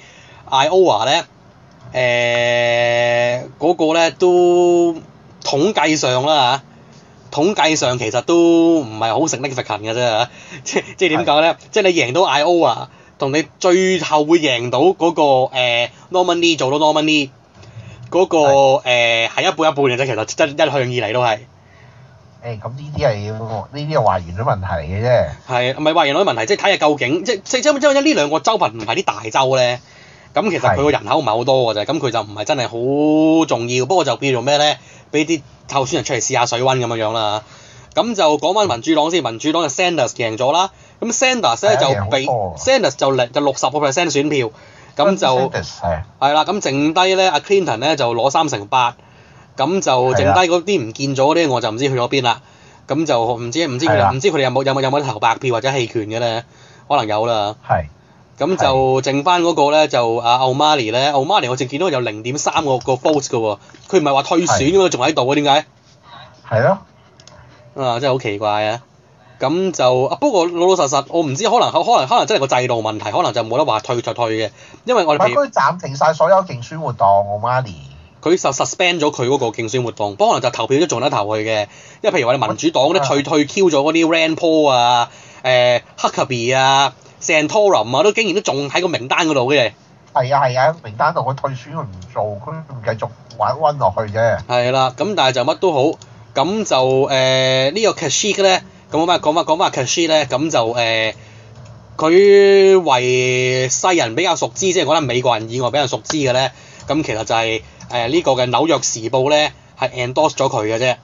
Speaker 2: Iowa 咧，誒、嗰、個咧都統計上啦嚇，統計上其實都唔係好食 n i c 嘅啫嚇， 即即點講咧？即你贏到 Iowa，同你最後會贏到嗰、個、誒 nominee 做到 nominee 嗰、個誒係、一半一半嘅啫，其實真一向以嚟都係。
Speaker 3: 誒咁呢啲係要呢啲係還原咗問題嚟嘅啫，
Speaker 2: 係，唔係話人口問題，即係睇下究竟，即即即因為呢兩個州份唔係啲大州咧，咁其實佢個
Speaker 3: 係
Speaker 2: 人口唔係好多嘅啫，咁佢就唔係真係好重要，不過就叫做咩咧，俾啲候選人出嚟試下水温咁樣樣啦。咁就講翻民主黨先，民主黨就 Sanders 贏咗啦，咁 Sanders 咧
Speaker 3: 係啊贏
Speaker 2: 就
Speaker 3: 好
Speaker 2: 俾
Speaker 3: 多啊
Speaker 2: Sanders 就零就六十個 percent 選票，咁就。
Speaker 3: 係
Speaker 2: 係啦，咁剩低咧，阿 Clinton 咧就攞三成八，咁就剩低嗰啲唔見咗嗰啲，我就唔知去咗邊啦。咁就唔知唔知佢
Speaker 3: 係
Speaker 2: 哋
Speaker 3: 啦
Speaker 2: 唔知佢哋有冇有冇有冇投白票或者棄權嘅咧？可能有啦。
Speaker 3: 係
Speaker 2: 咁就剩翻嗰個咧就阿 O'Malley 咧，O'Malley 我淨見到有零點三個個 vote 嘅喎，佢唔係話退選嘅喎，仲喺度嘅點解？
Speaker 3: 係咯，
Speaker 2: 啊，真係好奇怪啊！咁就啊，不過老老實實，我唔知可能可能可能真係個制度問題，可能就冇得話退就退嘅，因為我
Speaker 3: 唔
Speaker 2: 哋譬
Speaker 3: 係
Speaker 2: 如
Speaker 3: 佢暫停晒所有競選活動，我媽咪。
Speaker 2: 佢就 suspend 咗佢嗰個競選活動，不過可能就投票都仲得投佢嘅，因為譬如話你民主黨咧
Speaker 3: 啊
Speaker 2: 退退 Q 咗嗰啲 Rand Paul 啊、誒 Huckabee 啊、Santorum 啊，都竟然都仲喺個名單嗰度嘅，
Speaker 3: 係啊係啊，名單度佢退選佢唔做，佢唔繼續玩温落去啫。
Speaker 2: 係啦，咁但係就乜都好，咁就誒、呢、個 Kashik 咧，咁我翻講翻講翻 Kashik 咧，咁就誒。呃佢為世人比較熟知，即係講得美國人以外比較熟知嘅咧，咁其實就係誒呢個嘅紐約時報咧係 endorse 咗佢嘅啫。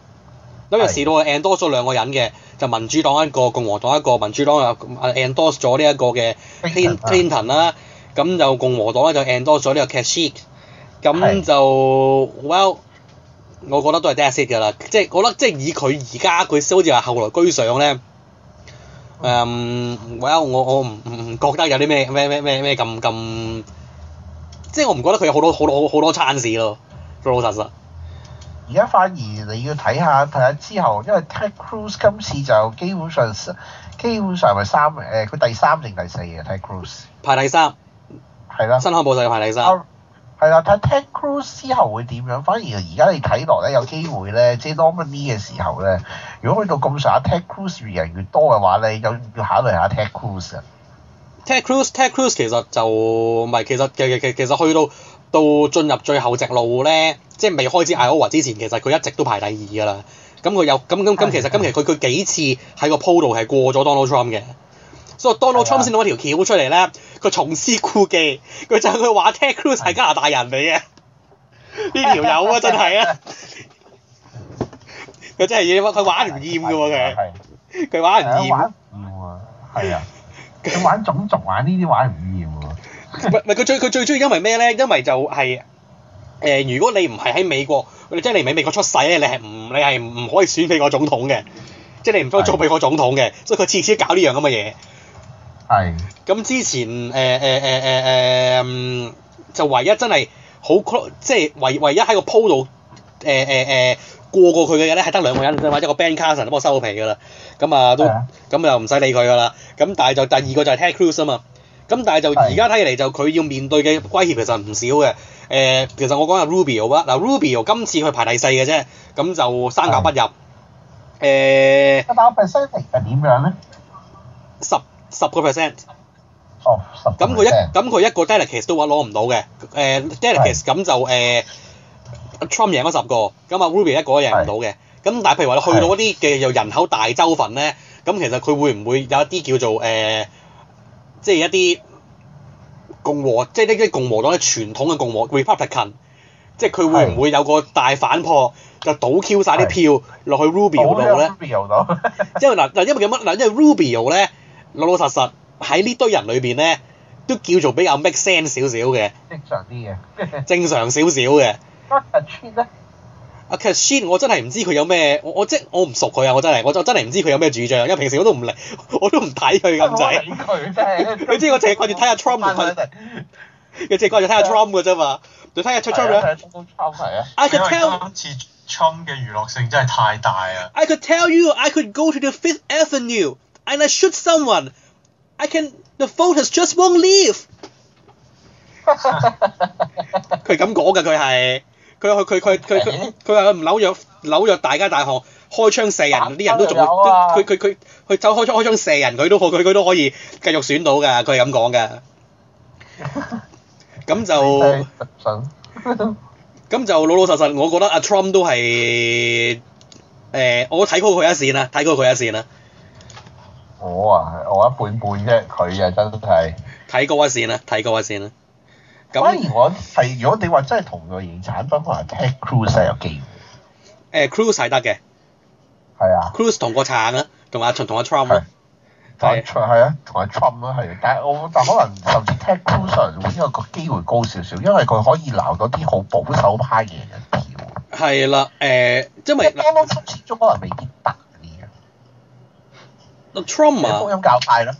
Speaker 2: 紐約時報係 endorse 咗兩個人嘅，就民主黨一個，共和黨一個，民主黨又呃 endorse 咗呢一個嘅 Clin-
Speaker 3: Clinton，
Speaker 2: Clinton 啦，咁就共和黨咧就 endorse 咗呢個 Kashik，咁
Speaker 3: 係
Speaker 2: 就 well。我覺得都係 dead set 㗎啦，即係我覺得即係以佢而家佢好似話後來居上咧，誒、well，我我唔唔唔覺得有啲咩咩咩咩咩咁咁，即係我唔覺得佢有好多好多好多餐事咯，老老實實。
Speaker 3: 而家反而你要睇下睇下之後，因為 Ted Cruz 今次就基本上基本上係三誒，佢、第三定第四嘅 Ted Cruz
Speaker 2: 排第三，
Speaker 3: 係啦。
Speaker 2: 新罕布什排第三，
Speaker 3: 啊係啦，睇 Ted Cruz 之後會點樣？反而而家你睇落咧，有機會咧，即係 nominee 嘅時候咧，如果去到咁上下 Ted Cruz 越人越多嘅話咧，有要考慮下 Ted Cruz 啊。
Speaker 2: Ted Cruz，Ted Cruz 其實就唔係，其實其其其實去到到進入最後直路咧，即係未開始 Iowa 之前，其實佢一直都排第二㗎啦。咁佢有咁咁咁，其實咁其實佢佢幾次喺個 p o 度係過咗 Donald Trump 嘅，所以 Donald
Speaker 3: 係
Speaker 2: Trump
Speaker 3: 啊
Speaker 2: 先攞條橋出嚟咧，佢重施故技，佢就係佢話 Ted Cruz 係加拿大人嚟嘅，呢條友啊真係啊！佢真係要佢玩唔厭㗎喎佢，
Speaker 3: 係
Speaker 2: 佢玩唔
Speaker 3: 係啊
Speaker 2: 厭
Speaker 3: 玩。唔厭啊，係啊，佢玩種族玩呢啲玩唔厭喎。
Speaker 2: 唔係唔係佢最佢最中意因為咩咧？因為就係、誒、如果你唔係喺美國，你即係你唔喺美國出世咧，你係唔你係唔可以選美國總統嘅，即係你唔可以做美國總統嘅，所以佢次次都搞呢樣咁嘅嘢。
Speaker 3: 係
Speaker 2: 咁之前誒誒誒誒誒嗯，就唯一真係好 close，即係唯唯一喺個 poll 度誒誒誒過過佢嘅嘢咧，係得兩個人啫嘛，一個 Ben Carson 幫我收皮㗎啦，咁啊都
Speaker 3: 係啊
Speaker 2: 咁就唔使理佢㗎啦。咁但係就第二個就係 Ted Cruz 啊嘛。咁但係就
Speaker 3: 係
Speaker 2: 而家睇嚟就佢要面對嘅威脅其實唔少嘅。誒、其實我講下 Rubio 啊，嗱 Rubio 今次佢排第四嘅啫，咁就三甲不入。誒
Speaker 3: 一百 percent 係點樣咧？
Speaker 2: 十十個 percent。
Speaker 3: 哦，十
Speaker 2: 咁佢一咁佢一個 delegates 都話攞唔到嘅，誒 delegates 咁就誒 Trump 贏咗十個，咁啊 Ruby 一個都贏唔到嘅。咁但係譬如話你去到嗰啲嘅又人口大州份咧，咁其實佢會唔會有一啲叫做誒、呃即係一啲共和，即係呢啲共和黨嘅傳統嘅共和 Republican，即係佢會唔會有個大反撲，就倒 Q 晒啲票落去 Rubio 度咧？
Speaker 3: Rubio 度，
Speaker 2: 因為嗱嗱，因為咁乜嗱，因為 Rubio 咧老老實實喺呢堆人裏邊咧，都叫做比較 make sense 少少嘅，
Speaker 3: 正常啲嘅。
Speaker 2: 正常少少嘅。
Speaker 3: 啊 t r 咧，
Speaker 2: 阿 c a s h i n 我真係唔知佢有咩，我我即我唔熟佢啊！我真係，我就真係唔知佢有咩主張，因為平時我都唔嚟， 我都唔睇佢咁 滯。
Speaker 3: 理佢啊真係。
Speaker 2: 你知我淨係掛住睇下 Trump 同佢你淨係掛住睇下
Speaker 3: 啊
Speaker 2: Trump 嘅啫嘛，你睇下出 Trump 咧
Speaker 3: 係啊，
Speaker 2: ，I
Speaker 4: 因
Speaker 2: could
Speaker 4: 為
Speaker 2: tell。
Speaker 4: 今次 Trump 嘅娛樂性真係太大啊！
Speaker 2: I could tell you I could go to the Fifth Avenue and I shoot someone. I can the voters just won't leave 佢係咁講㗎，佢係佢佢佢佢佢 佢佢話佢唔紐約紐約大街大巷開槍射人，啲人都仲會
Speaker 3: 有啊
Speaker 2: 佢佢佢佢走開槍開槍射人，佢都可佢佢都可以繼續選到㗎，佢係咁講㗎。咁 就。
Speaker 3: 真 係啊信。
Speaker 2: 咁就老老實實，我覺得阿 Trump 都係誒、我睇高佢一線啦，睇高佢一線啦，
Speaker 3: 我啊，我一半半啫，佢啊真係。
Speaker 2: 睇高一線啦，睇高一線啦。咁
Speaker 3: 反
Speaker 2: 誒、
Speaker 3: 而我係，如果你話真係同類型產品，可能 Ted Cruz 係有機會。
Speaker 2: Cruise 係得嘅
Speaker 3: 係啊。
Speaker 2: ，Cruise 同個撐啦，同阿同阿 Trump 啦，
Speaker 3: 同
Speaker 2: 係
Speaker 3: 埋係啊，同埋 Trump 咯係，但係我但可能甚至 Ted Cruz 可能會因為個機會高少少，因為佢可以鬧到啲好保守派嘅人票。
Speaker 2: 係啦，誒、因為
Speaker 3: 因為
Speaker 2: 嗱
Speaker 3: Donald Trump 始終可能未必得啲嘅，
Speaker 2: Trump
Speaker 3: 福
Speaker 2: 啊，
Speaker 3: 音教派啦，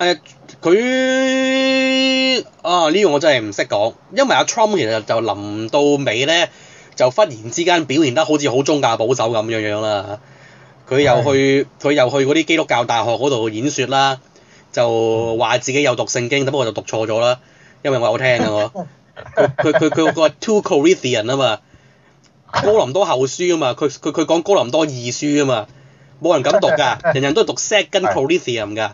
Speaker 2: 誒佢啊呢、個我真係唔識講，因為阿 Trump 其實就臨到尾咧，就忽然之間表現得好似好宗教保守咁樣樣啦。佢又去佢又去嗰啲基督教大學嗰度演說啦，就話自己有讀聖經，不過就讀錯咗啦，因為我有聽嘅我。佢佢佢佢佢話 Two Corinthian 啊嘛，哥林多後書啊嘛，佢佢佢講哥林多二書啊嘛，冇人敢讀㗎，人人都係讀 Second
Speaker 3: 係
Speaker 2: Corinthian 㗎。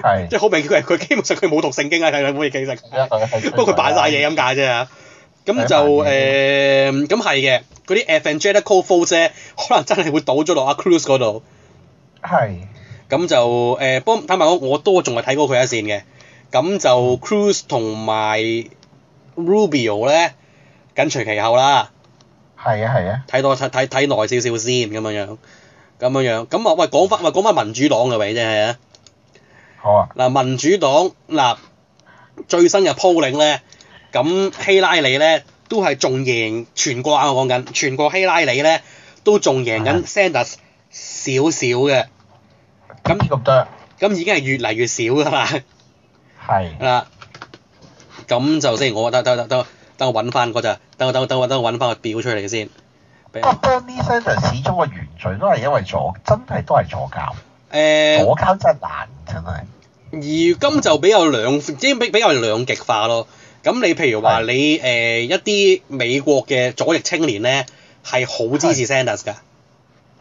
Speaker 3: 係
Speaker 2: 即係好明顯佢係佢基本上佢冇讀聖經啊，睇兩本其實，
Speaker 3: 係
Speaker 2: 不過佢扮晒嘢咁解啫嚇。咁就誒咁係嘅，嗰啲 evangelical f o l s 咧，可能真係會倒咗落阿 Cruz 嗰度。
Speaker 3: 係
Speaker 2: 咁就誒，呃不過坦白講，我都仲係睇過佢一線嘅。咁就 Cruz 同埋 Rubio 咧，緊隨其後啦，
Speaker 3: 係啊係啊，
Speaker 2: 睇多睇睇睇耐少少先咁樣樣，咁樣樣。咁啊喂，講翻喂講翻民主黨嘅位啫係啊。
Speaker 3: 好啊，
Speaker 2: 嗱，民主黨嗱最新嘅 polling 咧，咁希拉里咧都係仲贏全國啊！我講緊全國希拉里咧都仲贏緊 Sanders 少少嘅，
Speaker 3: 咁呢咁多
Speaker 2: 咁已經係越嚟越少㗎啦
Speaker 3: 係
Speaker 2: 嗱，咁就先我等等等等等我揾翻嗰陣，等我等我等我等我揾翻個表出嚟先。俾
Speaker 3: 不
Speaker 2: 我
Speaker 3: 過 Bernie Sanders 始終個原罪都係因為左，真係都係左教，
Speaker 2: 誒，
Speaker 3: 左教真係難真係，
Speaker 2: 而今就比較兩，即係比比較兩極化咯。咁你譬如話
Speaker 3: 係
Speaker 2: 你誒、呃一啲美國嘅左翼青年咧，係好支持 Sanders 㗎。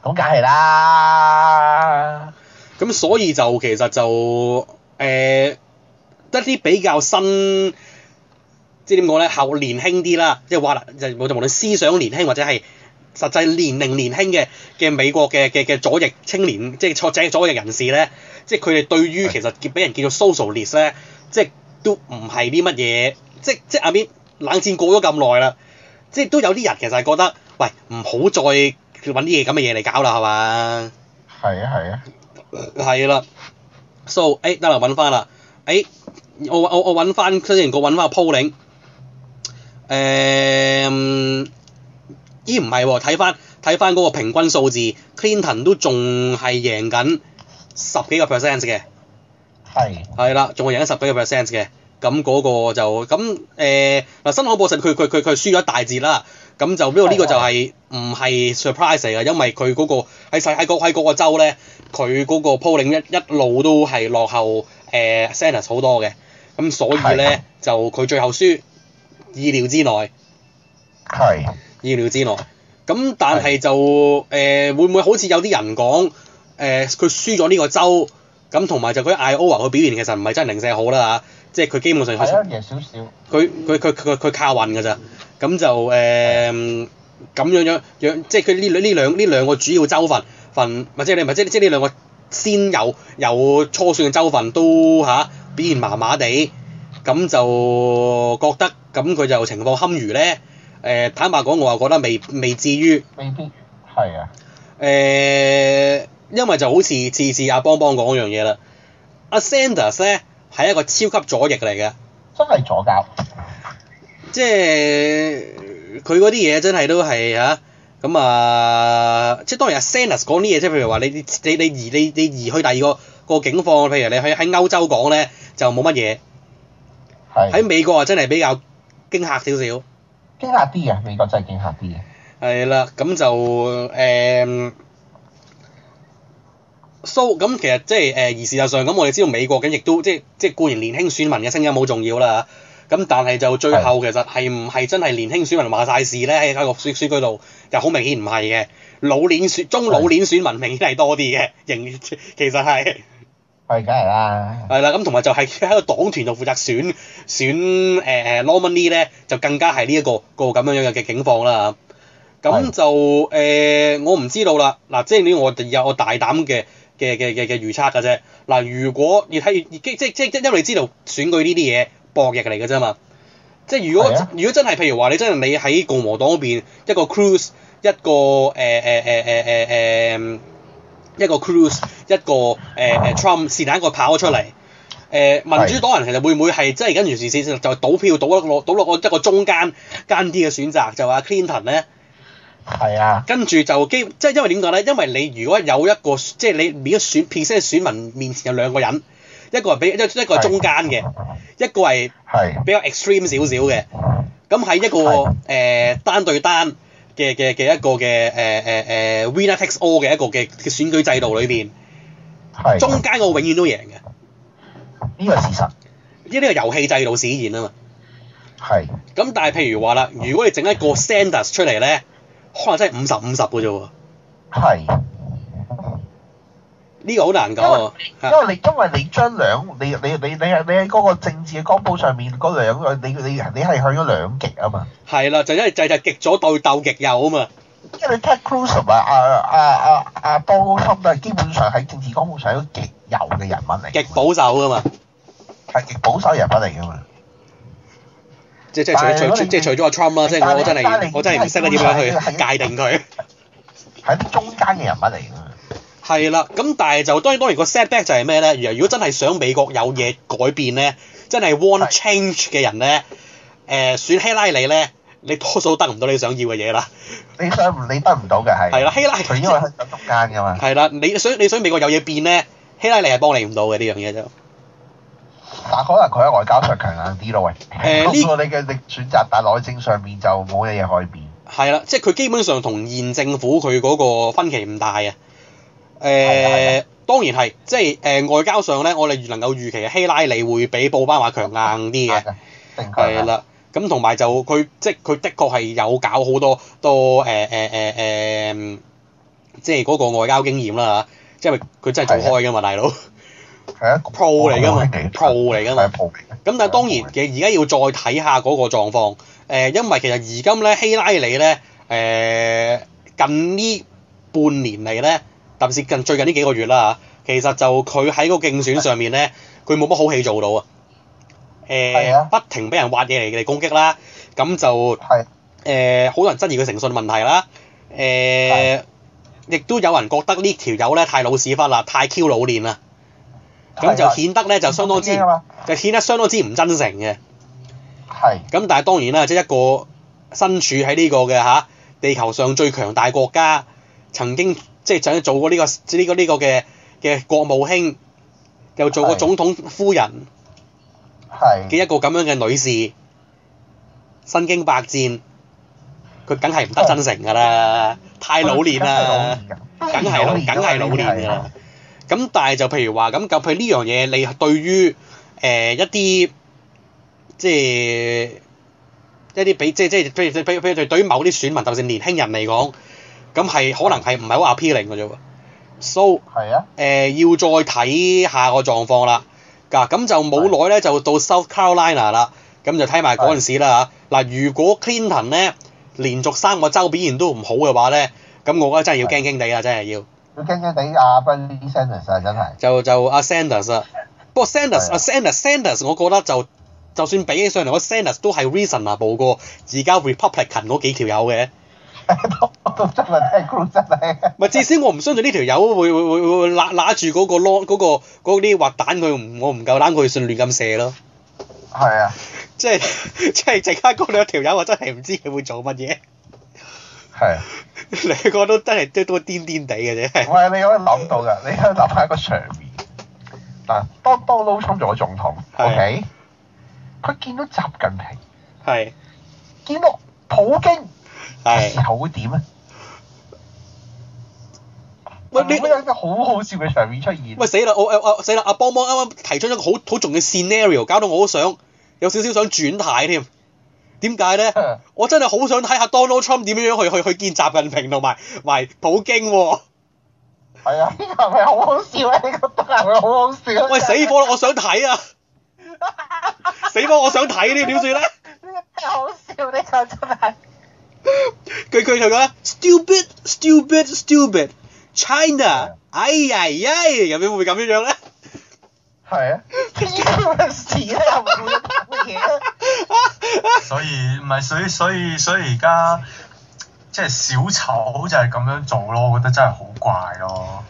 Speaker 3: 咁梗係啦，
Speaker 2: 咁所以就其實就誒、呃一啲比較新，即係點講咧，後年輕啲啦，即係話啦，就無論無論思想年輕或者係實際年齡年輕嘅嘅美國嘅嘅嘅左翼青年，即係錯者左翼人士咧，即係佢哋對於其實叫俾人叫做 socialist 咧，即係都唔係啲乜嘢，即即係阿邊冷戰過咗咁耐啦，即係都有啲人其實係覺得，喂唔好再揾啲嘢咁嘅嘢嚟搞啦，係嘛？
Speaker 3: 係啊係啊。
Speaker 2: 係啦，so 誒得啦，揾翻啦，誒我我我揾翻雖然我揾翻個 polling，誒咦唔係喎，睇翻睇翻嗰個平均數字，Clinton 都仲係贏緊十幾個 percent 嘅，
Speaker 3: 係
Speaker 2: 係啦，仲係贏緊十幾個 percent 嘅，咁嗰個就咁誒嗱新罕布什佢佢佢佢輸咗一大截啦。咁就呢個呢個就係唔係 surprise 嚟嘅，因為佢嗰、個喺世喺嗰喺嗰個州咧，佢嗰個 polling 一一路都係落後誒、呃 Sanders 好多嘅，咁所以咧就佢最後輸意料之內，
Speaker 3: 係
Speaker 2: 意料之內。咁但係就誒、呃、會唔會好似有啲人講誒佢輸咗呢個州，咁同埋就佢 Iowa 佢表現其實唔係真係零舍好啦嚇，即係佢基本上佢
Speaker 3: 係啊，贏少少
Speaker 2: 佢佢佢佢佢靠運㗎咋，咁就誒咁、樣樣樣，即係佢呢兩呢兩呢兩個主要州份份，唔係即係你唔係即係即係呢兩個先有有初選嘅州份都嚇、表現麻麻地，咁就覺得咁佢就情況堪虞咧。誒、坦白講，我又覺得未未至於誒、
Speaker 3: 未必係啊，
Speaker 2: 因為就好似次次阿邦邦講嗰樣嘢啦，阿 Sanders 咧係一個超級左翼嚟嘅。
Speaker 3: 真係左教。
Speaker 2: 即係呃佢嗰啲嘢真係都係嚇，咁啊，即係當然阿 Sanders 講啲嘢，即係譬如話你你你移你你移去第二個個境況，譬如你去喺歐洲講咧就冇乜嘢，
Speaker 3: 係
Speaker 2: 喺美國啊真係比較驚嚇少少，
Speaker 3: 驚嚇啲啊嘅，美國真係驚嚇啲啊嘅。
Speaker 2: 係啦，咁就誒。so 咁其實即係誒，而事實上咁，我哋知道美國咁亦都即係即係固然年輕選民嘅聲音好重要啦。咁但係就最後其實係唔係真係年輕選民話晒事咧？喺個選選舉度就好明顯唔係嘅，老年選中老年選民明顯係多啲嘅，仍然其實係
Speaker 3: 係，梗係啦。
Speaker 2: 係啦。咁同埋就係喺個黨團度負責選選誒誒 nominee 咧，就更加係呢一個個咁樣樣嘅境況啦。咁
Speaker 3: 係
Speaker 2: 就誒、呃我唔知道啦。嗱，即係呢，我有我大膽嘅嘅嘅嘅嘅預測嘅啫。嗱，如果而係即即即因為你知道選舉呢啲嘢博弈嚟嘅啫嘛。即係如果、
Speaker 3: 係啊
Speaker 2: 如果真係譬如話你真係你喺共和黨嗰邊一個 Cruz 一個誒誒誒誒誒誒一個 Cruz 一個誒誒、呃 Trump 是但一個跑咗出嚟。誒、民主黨人其實會唔會係即係跟住時事就賭票賭落賭落個一個中間間啲嘅選擇，就話 Clinton 咧？
Speaker 3: 係啊，
Speaker 2: 跟住就基即係因為點講咧？因為你如果有一個即係你面選 percent 選民面前有兩個人，一個係比一一個係中間嘅，一個係
Speaker 3: 係
Speaker 2: 比較 extreme 少少嘅。咁喺一個誒
Speaker 3: 係、
Speaker 2: 單對單嘅嘅嘅一個嘅誒誒誒 winner takes all 嘅一個嘅嘅選舉制度裏邊，
Speaker 3: 係。
Speaker 2: 中間嗰個永遠都贏嘅，
Speaker 3: 呢個事實
Speaker 2: 因為呢個遊戲制度使然啊嘛。
Speaker 3: 係
Speaker 2: 咁但係譬如話啦，
Speaker 3: 啊
Speaker 2: 如果你整一個 Sanders 出嚟咧，可能真係五十五十嘅啫喎，
Speaker 3: 係，
Speaker 2: 呢、個好難講啊。嚇
Speaker 3: 因為你因為你將兩你你你你係你喺嗰個政治嘅光譜上面嗰兩個你你你係向咗兩極啊嘛，
Speaker 2: 係啦，就因為就就極左對鬥極右啊嘛，
Speaker 3: 因為你 Ted Cruz 同埋啊啊啊啊 Donald Trump 都係基本上喺政治光譜上係一個極右嘅人物嚟，
Speaker 2: 極保守啊嘛，
Speaker 3: 係極保守人物嚟㗎嘛。
Speaker 2: 即即除
Speaker 3: 但係
Speaker 2: 除
Speaker 3: 如果
Speaker 2: 除
Speaker 3: 你
Speaker 2: 即除咗阿 Trump 啦，即係我真
Speaker 3: 但係
Speaker 2: 係
Speaker 3: 你
Speaker 2: 我真係唔識得點樣去界定佢。
Speaker 3: 係啲中間嘅人物嚟㗎嘛。
Speaker 2: 係啦，咁但係就當然當然個 setback 就係咩咧？如果真係想美國有嘢改變咧，真係 want
Speaker 3: 係
Speaker 2: change 嘅人咧，誒、選希拉里咧，你多數得唔到你想要嘅嘢啦。
Speaker 3: 你想唔你得唔到嘅係。
Speaker 2: 係啦，希拉
Speaker 3: 佢因為
Speaker 2: 里
Speaker 3: 喺中間㗎嘛。
Speaker 2: 係啦，你想你想美國有嘢變咧，希拉里係幫你唔到嘅呢樣嘢就。
Speaker 3: 但可能佢喺外交上強硬啲咯，喂。
Speaker 2: 誒呢
Speaker 3: 通過你嘅力選擇，但內政上面就冇嘢可以變。
Speaker 2: 係啦，即係佢基本上同現政府佢嗰個分歧唔大啊。誒、
Speaker 3: 係
Speaker 2: 當然啊係，即係誒、外交上咧，我哋能夠預期希拉里會比布巴馬強硬啲
Speaker 3: 啊
Speaker 2: 嘅，
Speaker 3: 定佢
Speaker 2: 啊係啦。咁同埋就佢即係佢的確係有搞好多多誒誒誒誒，即係嗰個外交經驗啦嚇，因為佢真係做啊開㗎嘛，大佬
Speaker 3: 係一個
Speaker 2: pro 嚟㗎嘛
Speaker 3: 嚟
Speaker 2: ，pro 嚟㗎嘛
Speaker 3: 係。pro 嚟嘅。
Speaker 2: 咁但係當然嘅，而家要再睇下嗰個狀況。誒、因為其實而今咧，希拉里咧，誒、近呢半年嚟咧，特別是近最近呢幾個月啦嚇，其實就佢喺個競選上面咧， 佢冇乜好戲做到啊。誒、
Speaker 3: 係啊
Speaker 2: 不停俾人挖嘢嚟嚟攻擊啦，咁就
Speaker 3: 係
Speaker 2: 誒好多人質疑佢誠信問題啦，誒、亦都有人覺得呢條友咧太老屎忽啦，太 Q 老練啦，咁就
Speaker 3: 係啊
Speaker 2: 顯得咧就相當之
Speaker 3: 啊嘛，
Speaker 2: 就顯得相當之唔真誠嘅。
Speaker 3: 係
Speaker 2: 咁但係當然啦，即係一個身處喺呢個嘅嚇、地球上最強大國家，曾經即係想做過呢、個呢、個呢、個嘅嘅國務卿，又做過
Speaker 3: 係
Speaker 2: 總統夫人
Speaker 3: 係
Speaker 2: 嘅一個咁樣嘅女士，身經百戰，佢梗係唔得真誠㗎啦，太老練啦。
Speaker 3: 梗
Speaker 2: 梗係老，梗係老練㗎
Speaker 3: 啊
Speaker 2: 啦。。咁但係就譬如話咁，咁佢呢樣嘢，你對於誒、呃一啲即係一啲比即即係譬如譬如譬如對於某啲選民，特別是年輕人嚟講，咁係可能係唔係好 appealing 嘅啫喎。So 誒、
Speaker 3: 係啊，
Speaker 2: 呃要再睇下個狀況啦。嗱咁就冇耐咧，就到 South Carolina 啦。咁就睇埋嗰陣時啦嚇。嗱，如果 Clinton 咧連續三個州表現都唔好嘅話咧，咁我覺得真係要驚驚地啦，真係要。
Speaker 3: 佢驚驚地啊 b e r n i Sanders 啊，真係。
Speaker 2: 就就阿 Sanders 啊，不過 Sanders
Speaker 3: 係啊
Speaker 2: 阿 Sanders Sanders 我覺得就就算比起上嚟，我 Sanders 都係 reasonable 過而家 Republican 嗰幾條友嘅。
Speaker 3: 都真係聽 Cruz 真係。
Speaker 2: 咪至少我唔相信呢條友會會會會揦揦住嗰個 law 嗰個嗰啲滑蛋，佢唔我唔夠膽佢信亂咁射咯。
Speaker 3: 係啊，
Speaker 2: 即係 即係陣間嗰兩條友，我真係唔知佢會做乜嘢。
Speaker 3: 係啊。
Speaker 2: 兩個都真係都都癲癲地嘅啫。 係
Speaker 3: 喂，你可以諗到㗎， 你可以諗下一個場面。嗱，當 Donald Trump 做咗總統
Speaker 2: 係
Speaker 3: ，OK，佢見到習近平，
Speaker 2: 係
Speaker 3: 見到普京嘅時
Speaker 2: 係。
Speaker 3: 候會點啊咧？
Speaker 2: 喂
Speaker 3: 會唔
Speaker 2: 你
Speaker 3: 會有一個好好笑嘅場面出現？
Speaker 2: 喂死啦！我我我死啦！阿邦邦啱啱提出咗一個好好重嘅 scenario，搞到我好想有少少想轉態添。點解咧？ 我真係好想睇下 Donald Trump 點樣去去去見習近平同埋埋普京喎、
Speaker 3: 係啊，呢個係咪好好笑啊咧？你覺得係咪好好笑啊咧？
Speaker 2: 喂死火啦！我想睇啊！死火！我想睇呢點算咧？
Speaker 3: 呢個真係好笑，呢個真係。
Speaker 2: 佢佢就講 stupid stupid stupid China，哎呀呀，咁樣會唔會咁樣樣咧？
Speaker 3: 係啊，呢個事咧又唔會有咁嘅嘢啊。
Speaker 4: 所以唔係，所以所以所以而家即係小丑就係咁樣做咯，我覺得真係好怪咯。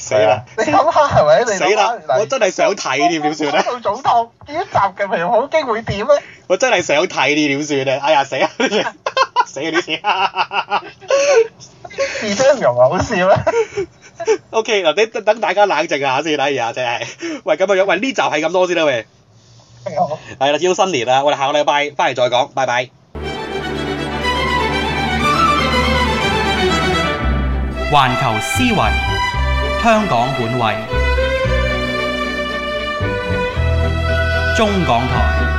Speaker 2: 死啦！
Speaker 3: 你諗下係咪？你諗下
Speaker 2: 死啦！
Speaker 3: 嗱
Speaker 2: 我真係想睇呢點算咧？
Speaker 3: 做總統，見到習近平好機會點咧？
Speaker 2: 我真係想睇呢點算咧？哎呀死 啊！死啊！呢 次。
Speaker 3: 而且唔容啊好笑咧。
Speaker 2: O K 嗱，你等等大家冷靜下先啦，哎呀真係。喂咁樣樣，喂呢集係咁多先啦喂。
Speaker 3: 好
Speaker 2: 係啦，要新年啦，我哋下個禮拜翻嚟再講，拜拜。
Speaker 1: 環球思維，香港本位，中港台。